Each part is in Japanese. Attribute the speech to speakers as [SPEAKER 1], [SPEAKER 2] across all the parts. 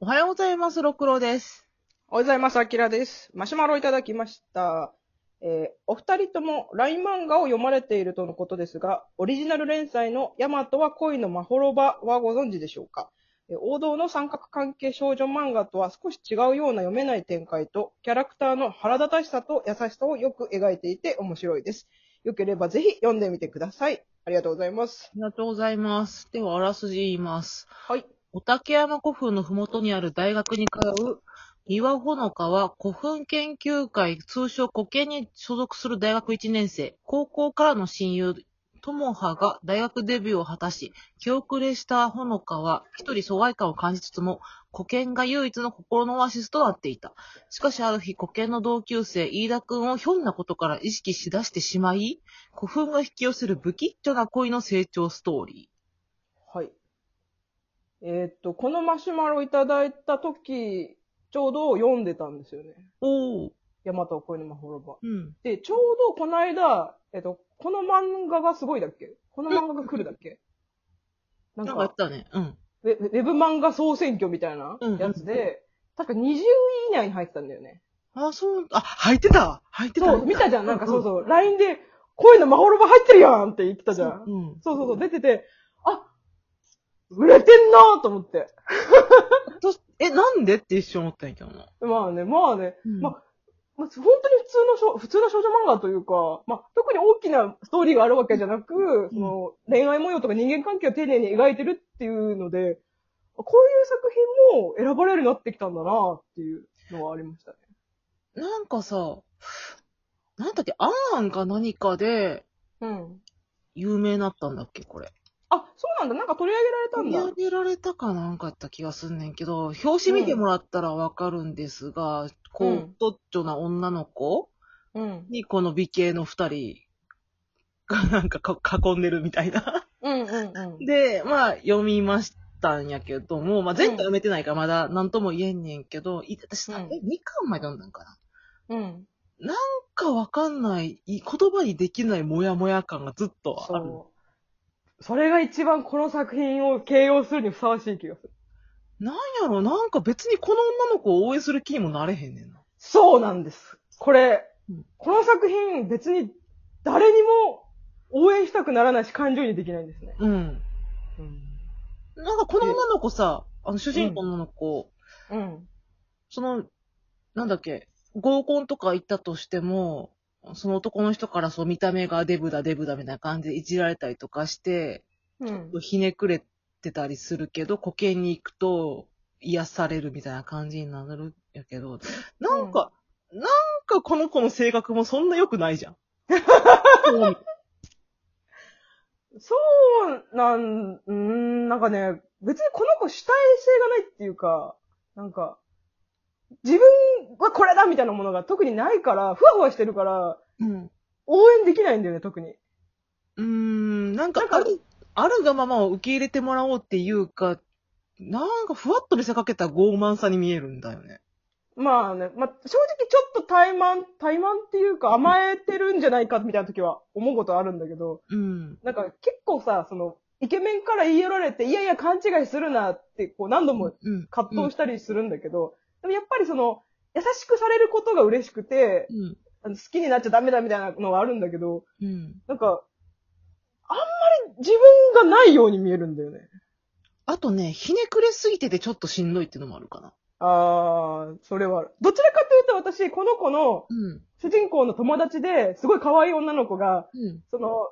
[SPEAKER 1] おはようございます、ろくろです。
[SPEAKER 2] おはようございます。あきらです。マシュマロいただきました。えーお二人とも LINE 漫画を読まれているとのことですが、オリジナル連載のヤマトは恋のまほろばはご存知でしょうか、えー王道の三角関係少女漫画とは少し違うような読めない展開と、キャラクターの腹立たしさと優しさをよく描いていて面白いです。よければぜひ読んでみてください。ありがとうございます
[SPEAKER 1] あ。りがとうございます。では、あらすじ言います。
[SPEAKER 2] はい。
[SPEAKER 1] お竹山古墳のふもとにある大学に通う岩ほのかは古墳研究会、通称古研に所属する大学1年生、高校からの親友、友葉が大学デビューを果たし、気遅れしたほのかは一人疎外感を感じつつも、古研が唯一の心のオアシスとなっていた。しかしある日、古研の同級生、飯田くんをひょんなことから意識しだしてしまい、古墳が引き寄せる不吉祥な恋の成長ストーリー。
[SPEAKER 2] はい。えーっと、このマシュマロいただいた時、ちょうど読んでたんですよね。
[SPEAKER 1] おー、
[SPEAKER 2] ヤマトは恋のまほろば。
[SPEAKER 1] うん。
[SPEAKER 2] で、ちょうどこの間、えっと、この漫画がすごいだっけこの漫画が来るだっけなん
[SPEAKER 1] なんかやっ
[SPEAKER 2] か
[SPEAKER 1] てたね。うん。
[SPEAKER 2] ウェ、ウェブ漫画総選挙みたいな
[SPEAKER 1] うん
[SPEAKER 2] やつで、確か20位以内に入ってたんだよね。
[SPEAKER 1] あ、そう、あ、入ってた入ってた。
[SPEAKER 2] そう、見たじゃん。なんかそう
[SPEAKER 1] う。
[SPEAKER 2] そう、LINE で、恋のまほろば入ってるやんって言ってたじゃん。
[SPEAKER 1] うん。
[SPEAKER 2] そうそうそう、出てて、あ、売れてんなーと思って。
[SPEAKER 1] とえ、なんでって一瞬思ったんやけどな。
[SPEAKER 2] まあね、まあね、
[SPEAKER 1] うん
[SPEAKER 2] まあまあ、本当に普通の少、普通の少女漫画というか、まあ、特に大きなストーリーがあるわけじゃなく、その、恋愛模様とか人間関係を丁寧に描いてるっていうので、こういう作品も選ばれるようになってきたんだなっていうのはありましたね。
[SPEAKER 1] なんかさ、なんだっけ、アンアンか何かで
[SPEAKER 2] うん。
[SPEAKER 1] 有名になったんだっけ、これ。
[SPEAKER 2] あ、そうなんだ。なんか取り上
[SPEAKER 1] 取
[SPEAKER 2] げ
[SPEAKER 1] り
[SPEAKER 2] られた
[SPEAKER 1] 上
[SPEAKER 2] んだ。
[SPEAKER 1] げられたかなんかやった気がすんねんけど、表紙見てもらったらわかるんですが、こ
[SPEAKER 2] う、
[SPEAKER 1] うんドッチョな女の子
[SPEAKER 2] うん。
[SPEAKER 1] にこの美形の二人がなんかか囲んでるみたいな。
[SPEAKER 2] うんうんうん。
[SPEAKER 1] で、まあ、読みましたんやけども、まあ、前回読めてないからまだ何とも言えんねんけど、い私、
[SPEAKER 2] うん
[SPEAKER 1] え、2巻まで読んだんかな
[SPEAKER 2] うん。
[SPEAKER 1] なんかわかんない、い言葉にできないモヤモヤ感がずっとある。
[SPEAKER 2] そう。それが一番この作品を形容するにふさわしい気がする。
[SPEAKER 1] なんやろ、なんか別にこの女の子を応援する気にもなれへんねんな。
[SPEAKER 2] そうなんです。これ
[SPEAKER 1] うん、
[SPEAKER 2] この作品別に誰にも応援したくならないし感情にできないんですね。
[SPEAKER 1] うん。
[SPEAKER 2] うん。
[SPEAKER 1] なんかこの女の子さ、あの、主人公の女の子、
[SPEAKER 2] うん。
[SPEAKER 1] その、なんだっけ、合コンとか行ったとしても、その男の人からそう見た目がデブだデブだみたいな感じでいじられたりとかして、
[SPEAKER 2] うん。
[SPEAKER 1] ひねくれてたりするけど、保険に行くと癒されるみたいな感じになるんやけど、なんか、なんかこの子の性格もそんな良くないじゃん。
[SPEAKER 2] そうなん、うーん、なんかね、別にこの子主体性がないっていうか、なんか、自分はこれだみたいなものが特にないから、ふわふわしてるから、
[SPEAKER 1] うん。
[SPEAKER 2] 応援できないんだよね、特に。
[SPEAKER 1] うーん、なんかある、あるがままを受け入れてもらおうっていうか、なんかふわっと見せかけた傲慢さに見えるんだよね。
[SPEAKER 2] まあね、まあ、正直ちょっと怠慢、怠慢っていうか甘えてるんじゃないかみたいな時は思うことあるんだけど、
[SPEAKER 1] うん。
[SPEAKER 2] なんか結構さ、その、イケメンから言い寄られて、いやいや勘違いするなって、こう何度も
[SPEAKER 1] うん。
[SPEAKER 2] 葛藤したりするんだけど、でもやっぱりその、優しくされることが嬉しくて、
[SPEAKER 1] うん。
[SPEAKER 2] あの好きになっちゃダメだみたいなのがあるんだけど、
[SPEAKER 1] うん。
[SPEAKER 2] なんか、あんまり自分がないように見えるんだよね。
[SPEAKER 1] あとね、ひねくれすぎててちょっとしんどいっていうのもあるかな。
[SPEAKER 2] あー、それはある。どちらかというと私、この子の
[SPEAKER 1] うん。
[SPEAKER 2] 主人公の友達で、すごい可愛い女の子が、
[SPEAKER 1] うん。
[SPEAKER 2] その、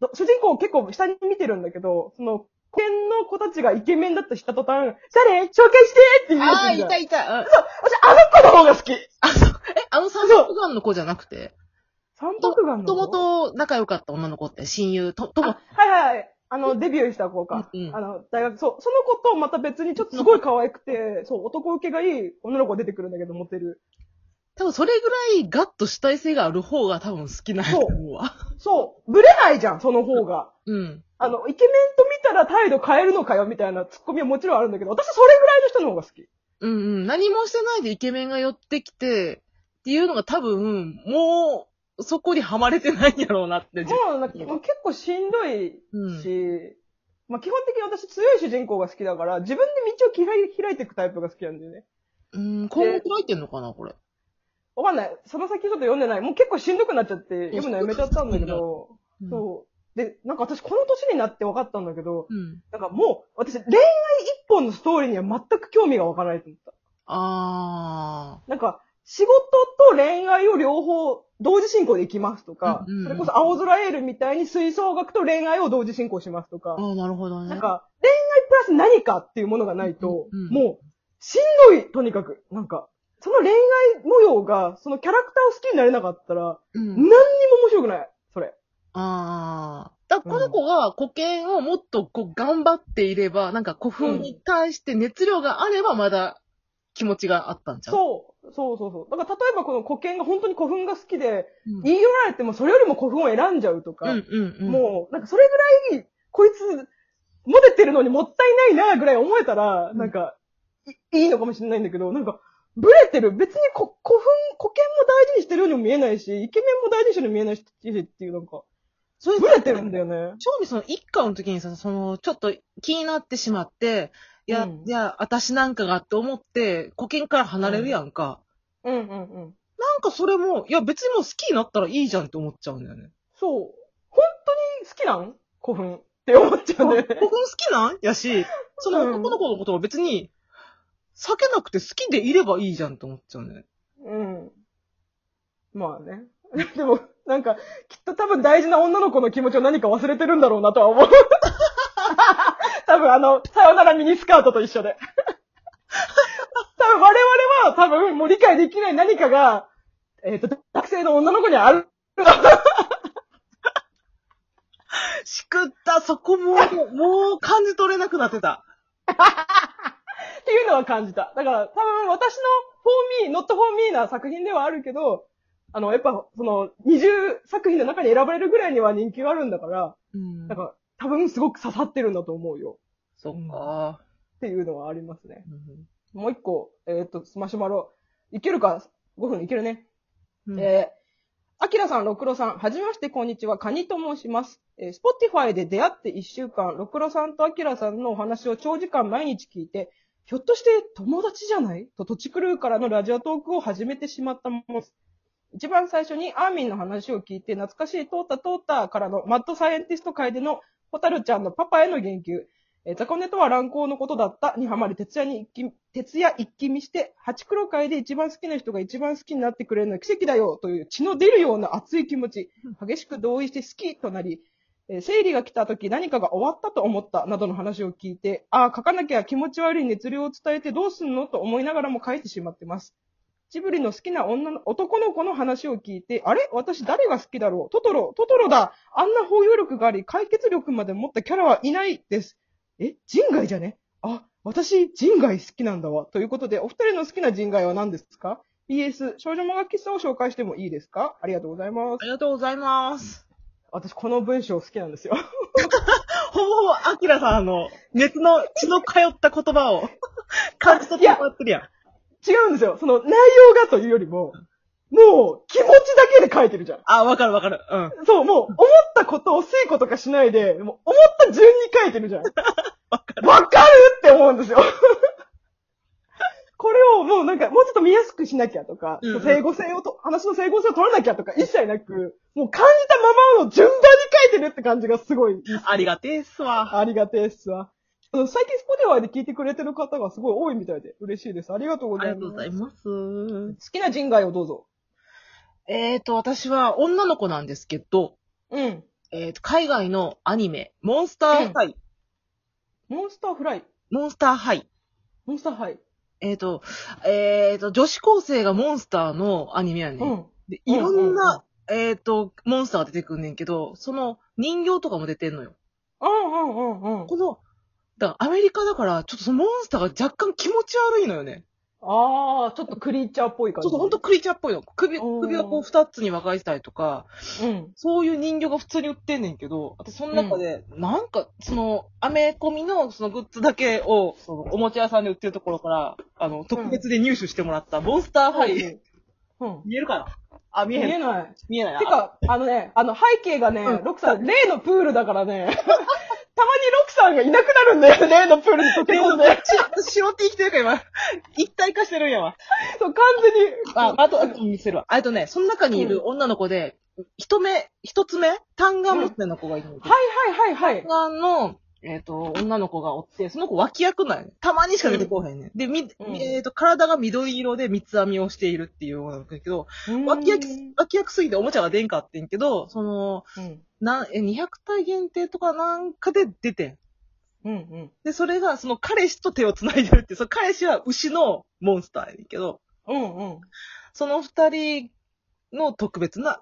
[SPEAKER 2] ど主人公を結構下に見てるんだけど、その、保険の子たちがイケメンだったした途端、誰紹介してって言うやつ
[SPEAKER 1] ああ、い
[SPEAKER 2] いるじゃん
[SPEAKER 1] たいた。うん
[SPEAKER 2] 私、あの子の方が好き
[SPEAKER 1] あ、そう。え、あの三角眼の子じゃなくて、
[SPEAKER 2] 三徳
[SPEAKER 1] も
[SPEAKER 2] 眼の子
[SPEAKER 1] ともと仲良かった女の子って親友、と、とも
[SPEAKER 2] あ、、はいはいはい。あの、デビューした子か。
[SPEAKER 1] うんうん
[SPEAKER 2] あの、大学、そう、その子とまた別にちょっとすごい可愛くて、そう、男受けがいい女の子出てくるんだけど、モテる。
[SPEAKER 1] 多分それぐらいガッと主体性がある方が多分好きなんやと思うわ。
[SPEAKER 2] そう、ブレないじゃん、その方が。
[SPEAKER 1] うん。
[SPEAKER 2] あの、イケメンと見たら態度変えるのかよ、みたいなツッコミはもちろんあるんだけど、私それぐらいの人の方が好き。
[SPEAKER 1] うんうん。何もしてないでイケメンが寄ってきて、っていうのが多分、もう、そこにはまれてないんやろうなって。
[SPEAKER 2] もう、なんか結構しんどい
[SPEAKER 1] うん。
[SPEAKER 2] し、まあ、基本的に私強い主人公が好きだから、自分で道を開い開いていくタイプが好きなんだよね。
[SPEAKER 1] うん、今後開いてんのかな、これ。
[SPEAKER 2] わかんない。その先ちょっと読んでない。もう結構しんどくなっちゃって、読むのやめちゃったんだけど、
[SPEAKER 1] うん
[SPEAKER 2] そう。で、なんか私この年になって分かったんだけど、
[SPEAKER 1] うん。
[SPEAKER 2] なんかもう、私恋愛一本のストーリーには全く興味が湧かないと思った。
[SPEAKER 1] あ
[SPEAKER 2] なんか、仕事と恋愛を両方同時進行でいきますとか、
[SPEAKER 1] うんうんうん
[SPEAKER 2] それこそ青空エールみたいに吹奏楽と恋愛を同時進行しますとか
[SPEAKER 1] ー。、ああ、なるほどね。
[SPEAKER 2] なんか、恋愛プラス何かっていうものがないと、
[SPEAKER 1] うんうん
[SPEAKER 2] もう、しんどい、とにかく。なんか、その恋愛模様が、そのキャラクターを好きになれなかったら、
[SPEAKER 1] うん
[SPEAKER 2] 何にも面白くない。それ。
[SPEAKER 1] ああ。だからこの子が古典をもっとこう頑張っていれば、なんか古墳に対して熱量があればまだ気持ちがあったんじゃん。
[SPEAKER 2] そう。そうそうそう。だから、例えばこの古典が本当に古墳が好きで、
[SPEAKER 1] うん。
[SPEAKER 2] 言い寄られてもそれよりも古墳を選んじゃうとか、
[SPEAKER 1] うんうんうん。
[SPEAKER 2] もう、なんかそれぐらい、こいつ、モテてるのにもったいないな、ぐらい思えたら、
[SPEAKER 1] うん
[SPEAKER 2] なんか、いいいのかもしれないんだけど、なんか、ブレてる。別にこ古墳、古剣も大事にしてるようにも見えないし、イケメンも大事にしてるように見えないしっていう、なんか、
[SPEAKER 1] それ
[SPEAKER 2] ブレてるんだよね。
[SPEAKER 1] 正味その一家の時にさ、その、ちょっと気になってしまって、いや、
[SPEAKER 2] うん
[SPEAKER 1] いや、私なんかがって思って、古典から離れるやんか。
[SPEAKER 2] うんうんうん。
[SPEAKER 1] なんかそれも、いや別にもう好きになったらいいじゃんって思っちゃうんだよね。
[SPEAKER 2] そう。本当に好きなん古墳って思っちゃう
[SPEAKER 1] 僕
[SPEAKER 2] ね。
[SPEAKER 1] 好きなんやし、 その男の子のことは別に、避けなくて好きでいればいいじゃんって思っちゃうんだよね。
[SPEAKER 2] うん。まあね。 でも、なんか、きっと多分大事な女の子の気持ちを何か忘れてるんだろうなとは思う。 多分あの、さよならミニスカートと一緒で。 多分我々は多分もう理解できない何かが、えっ、と、学生の女の子にはある。
[SPEAKER 1] しくった、そこ もう、もう感じ取れなくなってた。
[SPEAKER 2] っていうのは感じた。だから、多分私の for me, not for me な作品ではあるけど、あの、やっぱ、その、20作品の中に選ばれるぐらいには人気があるんだから、
[SPEAKER 1] うん
[SPEAKER 2] なんか、多分すごく刺さってるんだと思うよ。
[SPEAKER 1] そっか、
[SPEAKER 2] っていうのはありますね。
[SPEAKER 1] うん
[SPEAKER 2] もう一個、えっ、と、スマシュマロ。いけるか ?5 分いけるね。
[SPEAKER 1] うん
[SPEAKER 2] えー、アキラさん、ろくろさん、はじめまして、こんにちは。カニと申します。えー、Spotify で出会って1週間、ろくろさんとアキラさんのお話を長時間毎日聞いて、ひょっとして友達じゃないと、土地狂うからのラジオトークを始めてしまったものです。一番最初にアーミンの話を聞いて、懐かしい、通った通ったからのマッドサイエンティスト界でのホタルちゃんのパパへの言及。えーザコネとは乱行のことだったにハマり、徹夜に一気見、徹夜一気見して、八黒会で一番好きな人が一番好きになってくれるのは奇跡だよという血の出るような熱い気持ち、激しく同意して好きとなり、えー生理が来た時何かが終わったと思ったなどの話を聞いて、ああ、書かなきゃ気持ち悪い熱量を伝えてどうすんのと思いながらも書いてしまってます。ジブリの好きな女の、男の子の話を聞いて、あれ私誰が好きだろうトトロ、トトロだあんな包容力があり、解決力まで持ったキャラはいないです。え、人外じゃねあ、私、人外好きなんだわ。ということで、お二人の好きな人外は何ですか ?PS、少女漫画喫茶を紹介してもいいですかありがとうございます
[SPEAKER 1] あ。りがとうございます。
[SPEAKER 2] 私、この文章好きなんですよ。
[SPEAKER 1] ほぼほぼ、アキラさんの熱の血の通った言葉 を感じ取ってもらってるやん。
[SPEAKER 2] 違うんですよ。その、内容がというよりも、もう、気持ちだけで書いてるじゃん。
[SPEAKER 1] あ、わかるわかる。うん。
[SPEAKER 2] そう、もう、思ったことを成果とかしないで、もう、思った順に書いてる じゃん。わかるって思うんですよ。 これをもうなんか、もうちょっと見やすくしなきゃとか、
[SPEAKER 1] うんうん
[SPEAKER 2] 整合性をと、話の整合性を取らなきゃとか一切なく、もう感じたままの順番に書いてるって感じがすごい、
[SPEAKER 1] ありがてえっすわ。
[SPEAKER 2] ありがてえっすわ。うん最近スポティワイで聞いてくれてる方がすごい多いみたいで嬉しいです。ありがとうご
[SPEAKER 1] あ
[SPEAKER 2] ざ
[SPEAKER 1] りが
[SPEAKER 2] います。
[SPEAKER 1] とうござい
[SPEAKER 2] す。
[SPEAKER 1] ます。
[SPEAKER 2] 好きな人外をどうぞ。
[SPEAKER 1] えーと、私は女の子なんですけど、
[SPEAKER 2] うん。
[SPEAKER 1] えーと、海外のアニメ、モンスターハイ、
[SPEAKER 2] モンスターフライ。
[SPEAKER 1] モンスターハイ。
[SPEAKER 2] モンスターハイ。
[SPEAKER 1] えーと、えーと、女子高生がモンスターのアニメやね、。
[SPEAKER 2] うんん。
[SPEAKER 1] で、いろん
[SPEAKER 2] うんうん
[SPEAKER 1] な、えーと、モンスターが出てくんねんけど、その人形とかも出てんのよ。
[SPEAKER 2] うんうんうんうん。
[SPEAKER 1] この、だからアメリカだから、ちょっとそのモンスターが若干気持ち悪いのよね。
[SPEAKER 2] ああ、ちょっとクリーチャーっぽい感
[SPEAKER 1] ちょ
[SPEAKER 2] じ。
[SPEAKER 1] っとほんとクリーチャーっぽいの。首、
[SPEAKER 2] うん
[SPEAKER 1] 首がこう二つに分かれてたりとか、
[SPEAKER 2] うん。
[SPEAKER 1] そういう人形が普通に売ってんねんけど、私その中で、なんか、その、アメコミのそのグッズだけを、その、おもちゃ屋さんで売ってるところから、あの、特別で入手してもらった、モンスターハイ。
[SPEAKER 2] うん。
[SPEAKER 1] 見えるかなあ、見
[SPEAKER 2] 見
[SPEAKER 1] えへ
[SPEAKER 2] え
[SPEAKER 1] ん。
[SPEAKER 2] ない。
[SPEAKER 1] 見えないな。
[SPEAKER 2] てか、あのね、あの背景がね、
[SPEAKER 1] うん
[SPEAKER 2] ロクさん、例のプールだからね、 たまにロクさんがいなくなるんだよね、のプールに溶け込んで。
[SPEAKER 1] しおって生きてるから今、一体化してるんやわ。
[SPEAKER 2] そう、完全に。
[SPEAKER 1] あ、あと、あと見せるわ。あとね、その中にいる女の子で、一目、一つ目、単眼持っての子がいるの。
[SPEAKER 2] はいはいはいはい。
[SPEAKER 1] 単眼の、えっ、と、女の子がおって、その子脇役なんやね。たまにしか出てこうへんねん。で、み、
[SPEAKER 2] うん
[SPEAKER 1] えっ、と、体が緑色で三つ編みをしているっていう女の子だけど、脇役
[SPEAKER 2] うん、
[SPEAKER 1] 脇役すぎておもちゃが出んかってんけど、その、
[SPEAKER 2] うん。
[SPEAKER 1] なん、え、200体限定とかなんかで出てん。
[SPEAKER 2] うんうん。
[SPEAKER 1] で、それが、その彼氏と手を繋いでるって、その彼氏は牛のモンスターやねんけど、
[SPEAKER 2] うんうん。
[SPEAKER 1] その二人の特別な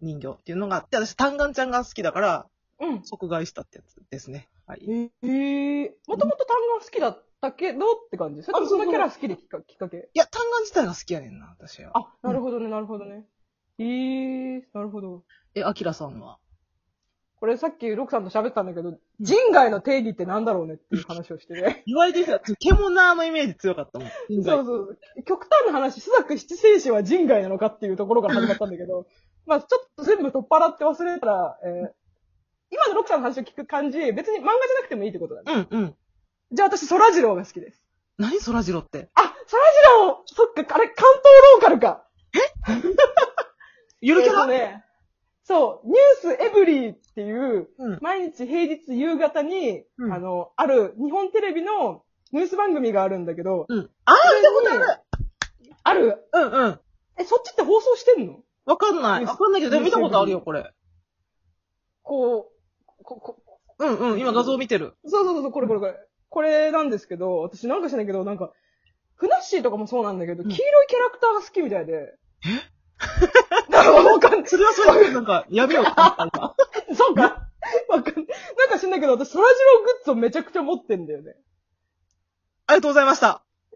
[SPEAKER 1] 人形っていうのがあって、私、単眼ちゃんが好きだから、
[SPEAKER 2] うん。
[SPEAKER 1] 即買いしたってやつですね。はい。
[SPEAKER 2] ええもともと単語好きだったけどって感じ。それともそのキャラ好きできっかきっかけ。
[SPEAKER 1] いや、単眼自体が好きやねんな、私は。
[SPEAKER 2] あ、なるほどね、なるほどね。ええなるほど。
[SPEAKER 1] え、アキラさんは
[SPEAKER 2] これさっきロクさんと喋ったんだけど、人外の定義ってなんだろうねっていう話をしてね。
[SPEAKER 1] 言われてみたら、獣のイメージ強かったもん。
[SPEAKER 2] そうそう。極端な話、朱雀七聖子は人外なのかっていうところから始まったんだけど、まあちょっと全部取っ払って忘れたら、えー今のロクさんの話を聞く感じ、別に漫画じゃなくてもいいってことだね。
[SPEAKER 1] うんうん。
[SPEAKER 2] じゃあ私、空次郎が好きです。
[SPEAKER 1] 何そらジロって。
[SPEAKER 2] あ、そらジロー、そっか、あれ、関東ローカルか。
[SPEAKER 1] ゆるキャ
[SPEAKER 2] えっ
[SPEAKER 1] ラ、
[SPEAKER 2] とね。そう、ニュースエブリーっていう、
[SPEAKER 1] うん。
[SPEAKER 2] 毎日平日夕方に、
[SPEAKER 1] うん
[SPEAKER 2] あの、ある日本テレビのニュース番組があるんだけど、
[SPEAKER 1] うん。あー、見たことある
[SPEAKER 2] ある
[SPEAKER 1] うんうん。
[SPEAKER 2] え、そっちって放送してんの
[SPEAKER 1] わかんない。わかんないけど、でも見たことあるよ、これ。
[SPEAKER 2] こう、こ、こ、
[SPEAKER 1] うんうん、今画像見てる。
[SPEAKER 2] そうそうそうそう、これこれこれ。これなんですけど、私なんかしないけど、なんか、ふなっしーとかもそうなんだけど、
[SPEAKER 1] うん
[SPEAKER 2] 黄色いキャラクターが好きみたいで。え なんかわかんない
[SPEAKER 1] それはそれで、なんか、やめようって思ったん だ。
[SPEAKER 2] そうか。わかんなんか知んないけど、私、そらジローグッズをめちゃくちゃ持ってんだよね。
[SPEAKER 1] ありがとうございました。